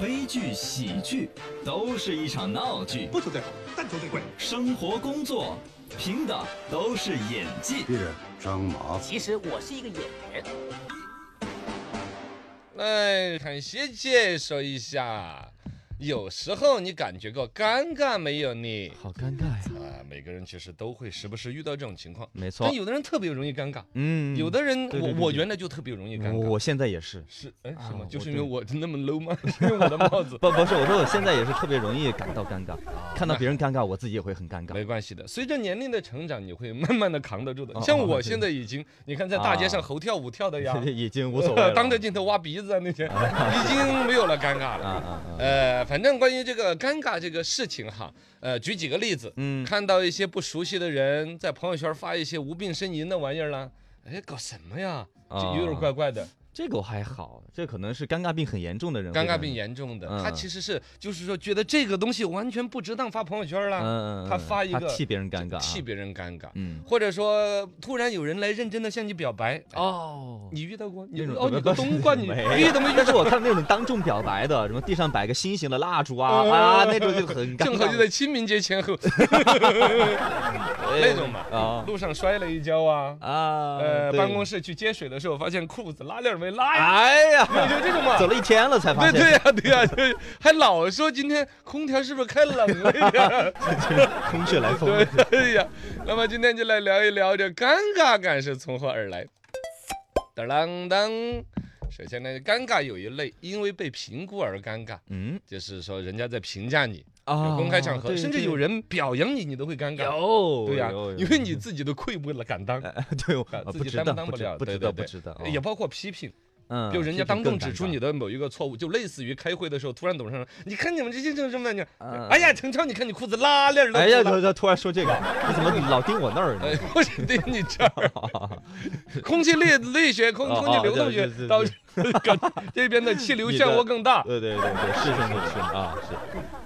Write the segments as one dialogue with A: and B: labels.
A: 悲剧、喜剧，都是一场闹剧。
B: 不求最好，但求最贵。
A: 生活、工作，凭的都是演技。
C: 别人张麻子，
D: 其实我是一个演员。
E: 来，感谢介绍一下。有时候你感觉过尴尬没有呢？
F: 好尴尬呀！
E: 啊，每个人其实都会时不时遇到这种情况，
F: 没错
E: 但，有的人特别容易尴尬，
F: 哦嗯，
E: 有的人
F: 对对
E: 我
F: 对
E: 我
F: 对
E: 原来就特别容易尴
F: 我
E: 尬。
F: 我现在也是，
E: 是哎
F: 啊
E: 什么？
F: 我
E: 就是因为
F: 对
E: 我那么 low 吗？ 是因为我的帽 子。
F: 不不是，我说我现在也是特别容易感到 尴尬，看到别人尴尬，我自己也会很尴尬
E: 没。关系的，随着年龄的成长，你会慢慢的扛得住的。
F: 哦
E: 像
F: 哦
E: 我
F: 是
E: 现在已经，你看在大街上
F: 啊
E: 猴跳舞跳的呀，
F: 已经 无所谓了。
E: 当着镜头挖鼻子啊 那些，已经没有了尴尬
F: 啊
E: 了。
F: 啊啊！
E: 呃，反正关于这个尴尬这个事情哈，呃，举几个例子，
F: 嗯
E: 看到一些不熟悉的人在朋友圈发一些无病呻吟的玩意儿啦，哎，搞什么呀？就有点
F: 啊
E: 怪怪的。
F: 这个我还好，这可能是尴尬病很严重的人会
E: 尴
F: 这样。
E: 尬病严重的，他
F: 嗯
E: 其实是就是说觉得这个东西完全不值当发朋友圈
F: 嗯，
E: 啦，
F: 嗯嗯，
E: 他发一个
F: 他替别人尴尬啊，
E: 替别人尴尬，
F: 嗯
E: 或者说突然有人来认真的向你表白，哎
F: 哦。
E: 你遇到过？你
F: 那种
E: 哦，你
F: 不
E: 的
F: 是
E: 冬瓜你
F: 没
E: 遇都没遇
F: 哎但是
E: 到。
F: 我看那种当众表白的，什么地上摆个心形的蜡烛啊啊，那种就很尴尬。
E: 正嗯好就在清明节 前后，那种嘛，
F: 啊
E: 路上摔了一跤啊，
F: 啊，
E: 呃，
F: 对
E: 办公。室去接水的时候发现裤子拉链没拉呀，
F: 哎
E: 有
F: 呀，
E: 有这种嘛
F: 走？了一天了才发
E: 对
F: 现。
E: 对呀、对呀、对，还老说今天空调是不是开冷了一点儿？
F: 空穴来风。
E: 对，对呀。那么今天就来聊一聊这尴尬感是从何而来。当当当，首先呢，尴尬有一类因为被评估而尴尬，
F: 嗯
E: 就是说人家在评价你，
F: 啊
E: 有公开场合，
F: 对
E: 甚至
F: 对
E: 有人表扬你，你都会尴尬。
F: 有
E: 对呀、
F: 有有
E: 因为你自己都愧不了敢当，
F: 对我
E: 啊
F: 啊
E: 自
F: 不
E: 己
F: 知
E: 担
F: 道
E: 当
F: 不
E: 不
F: 知
E: 了
F: 不
E: 对
F: 知
E: 对
F: 道不啊
E: 对
F: 知道，
E: 也包括批评。
F: 嗯，
E: 就人家
F: 批评
E: 当众
F: 更
E: 指出
F: 尴
E: 你
F: 尬
E: 的某一个错误，就类似于开会的时候，突然董事长说，你看你们这些这什么呢？
F: 嗯
E: 哎呀，陈超，你看你裤子拉链儿都
F: 哎呀，
E: 不拉
F: 他他突然说这 个，你怎么老盯我那儿呢？
E: 哎，我是对你 这儿，空气力力学、空
F: 哦
E: 空气
F: 哦
E: 流动
F: 对
E: 学
F: 是是
E: 导
F: 是
E: 致这边的气流漩涡更 大。
F: 对对对对，是是是是啊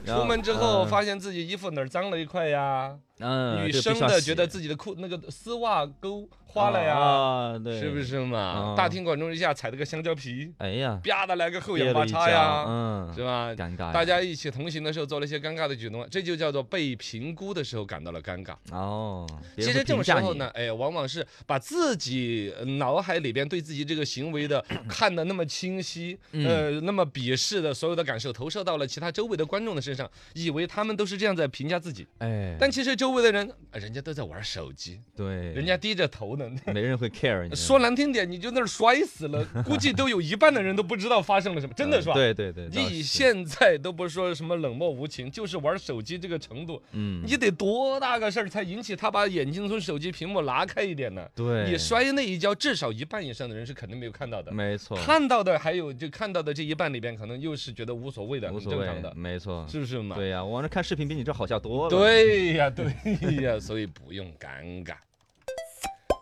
F: 是。
E: 出门之后
F: 嗯
E: 发现自己衣服哪儿脏了一块呀，
F: 嗯，
E: 女
F: 这必
E: 生
F: 须要
E: 的
F: 洗
E: 觉得自己的裤那个丝袜勾花了呀，
F: 啊，对，
E: 是不？是嘛？
F: 嗯
E: 大庭广众之下踩了个香蕉皮，
F: 哎呀，
E: 啪的来个后
F: 憋
E: 仰
F: 了
E: 八
F: 一
E: 叉
F: 跤
E: 呀，
F: 嗯，
E: 是吧？
F: 尴尬呀。
E: 大家一起同行的时候做了一些尴尬的举动啊，这就叫做被评估的时候感到了尴尬。
F: 哦，别人
E: 其实
F: 会
E: 这种
F: 评
E: 时
F: 价
E: 候
F: 你
E: 呢，，哎，往往是把自己呃脑海里边对自己这个行为 的看得那么清晰，
F: 嗯
E: 呃，那么鄙视的所有的感受投射到了其他周围的观众的身上，以为他们都是这样在评价自己，
F: 哎，
E: 但其实周围的人，呃人家都在玩手机，
F: 对，嗯
E: 人家低着头呢。
F: 没人会 care 你的。
E: 说难听点，你就那儿摔死了，估计都有一半的人都不知道发生了什么，真的
F: 嗯
E: 是吧？。
F: 对对对，倒是
E: 你现在都不说什么冷漠无情，就是玩手机这个程度，
F: 嗯，
E: 你得多大个事儿才引起他把眼睛从手机屏幕拿开一点呢？
F: 对
E: 你摔那一跤，至少一半以上的人是肯定没有看到的。
F: 没错，
E: 看到的还有就看到的这一半里边，可能又是觉得无所谓的，
F: 无
E: 很
F: 所
E: 正
F: 谓
E: 常的，
F: 没错，
E: 是不是嘛？
F: 对呀，我那看视频比你这好笑多了。，
E: 对呀，对呀， 所以不用尴尬。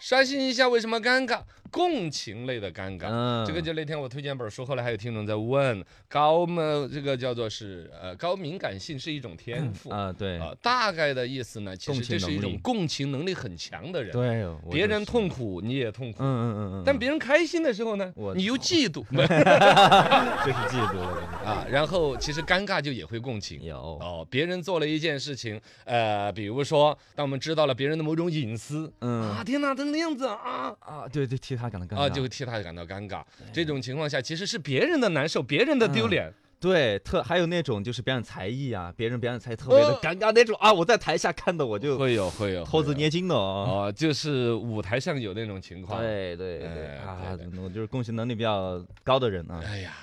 E: 刷新一下，为什么尴尬？共情类的尴尬。
F: 嗯，
E: 这个就那天我推荐本书，后来还有听众在问高么，这个叫做是呃高敏感性是一种天赋
F: 啊，对
E: 啊，大概的意思呢，其
F: 共
E: 实
F: 情
E: 这是
F: 能
E: 一种
F: 力
E: 共情能力很强的人，
F: 对，我
E: 别
F: 就
E: 人
F: 是
E: 痛苦你也痛苦，
F: 嗯嗯嗯嗯，
E: 但
F: 嗯
E: 别人开心的时候呢
F: 我，
E: 你又
F: 操
E: 嫉妒
F: 嗯这是嫉妒了，
E: 啊，然后其实尴尬就也会共 情。
F: 有
E: 哦，别人做了一件事情，呃，比如说，当我们知道了别人的某种隐私，
F: 嗯
E: 啊，天哪，他那样子啊
F: 啊，对对，替他感到尴尬
E: 啊，就会替他感到尴尬。这种情况下，其实是别人的难受，别人的丢
F: 嗯
E: 脸，
F: 对特还有那种就是表演才艺啊，别人表演才艺特别的
E: 呃
F: 尴尬那种啊，我在台下看的我就
E: 会有会有
F: 偷子
E: 会有
F: 捏筋的哦。
E: 哦，就是舞台上有那种情况。
F: 对对对
E: 哎
F: 啊
E: 对，
F: 我就是共情能力比较高的人啊。
E: 哎呀，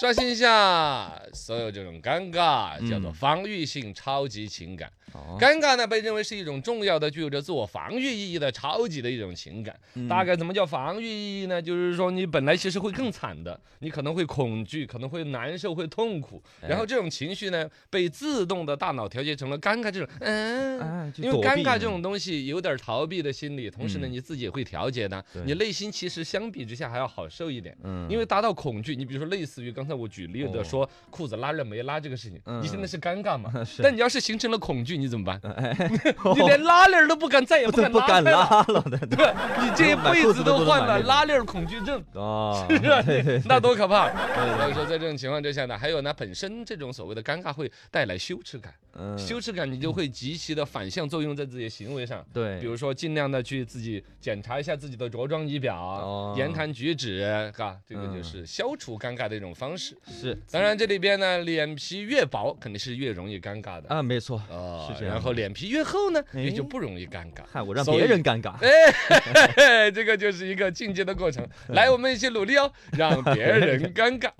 E: 刷新一下所有这种尴尬，叫做
F: 嗯
E: 防御性超级情感。
F: 哦
E: 尴尬呢，被认为是一种重要的、具有着自我防御意义的超级的一种情感。
F: 嗯
E: 大概怎么叫防御意义呢？就是说你本来其实会更惨的，
F: 嗯
E: 你可能会恐惧，可能会难受，会痛苦，
F: 哎
E: 然后这种情绪呢，被自动的大脑调节成了尴尬这种，嗯。
F: 哎，就
E: 因为
F: 躲
E: 尴
F: 避
E: 尬
F: 嘛
E: 这种东西有点逃避的心理，同时呢，
F: 嗯
E: 你自己也会调节的，
F: 对
E: 你内心其实相比之下还要好受一点。
F: 嗯，
E: 因为达到恐惧，你比如说类似于刚才我举例的
F: 哦
E: 说裤子拉了没拉这个事情，
F: 嗯
E: 你现在是尴尬 嘛？
F: 是
E: 但你要是形成了恐惧，你怎么办？
F: 哦
E: 你连拉链儿都不敢，再也
F: 不
E: 不敢
F: 哦不敢
E: 开了。
F: 拉了，对对
E: 对你这一辈子都患了拉链恐惧症，
F: 啊，
E: 是吧
F: 对 对，
E: 那多可怕！所以说，在这种情况之下呢，还有呢，本身这种所谓的尴尬会带来羞耻感，
F: 嗯，
E: 羞耻感你就会极其的反向作用在自己的行为上。
F: 对，
E: 比如说，尽量的去自己检查一下自己的着装仪表
F: 哦、
E: 言谈举止，嘎，这个就
F: 嗯
E: 是消除尴尬的一种方式。
F: 是
E: 当然，这里边呢，脸皮越薄肯定是越容易尴尬的
F: 啊，没错，
E: 啊
F: 是这样
E: 然后脸皮越厚呢，
F: 哎
E: 也就不容易尴尬。
F: 嗨，我让
E: 所以
F: 别人尴尬，
E: 哎，这个就是一个进阶的过程。来，我们一起努力哦，让别人尴尬。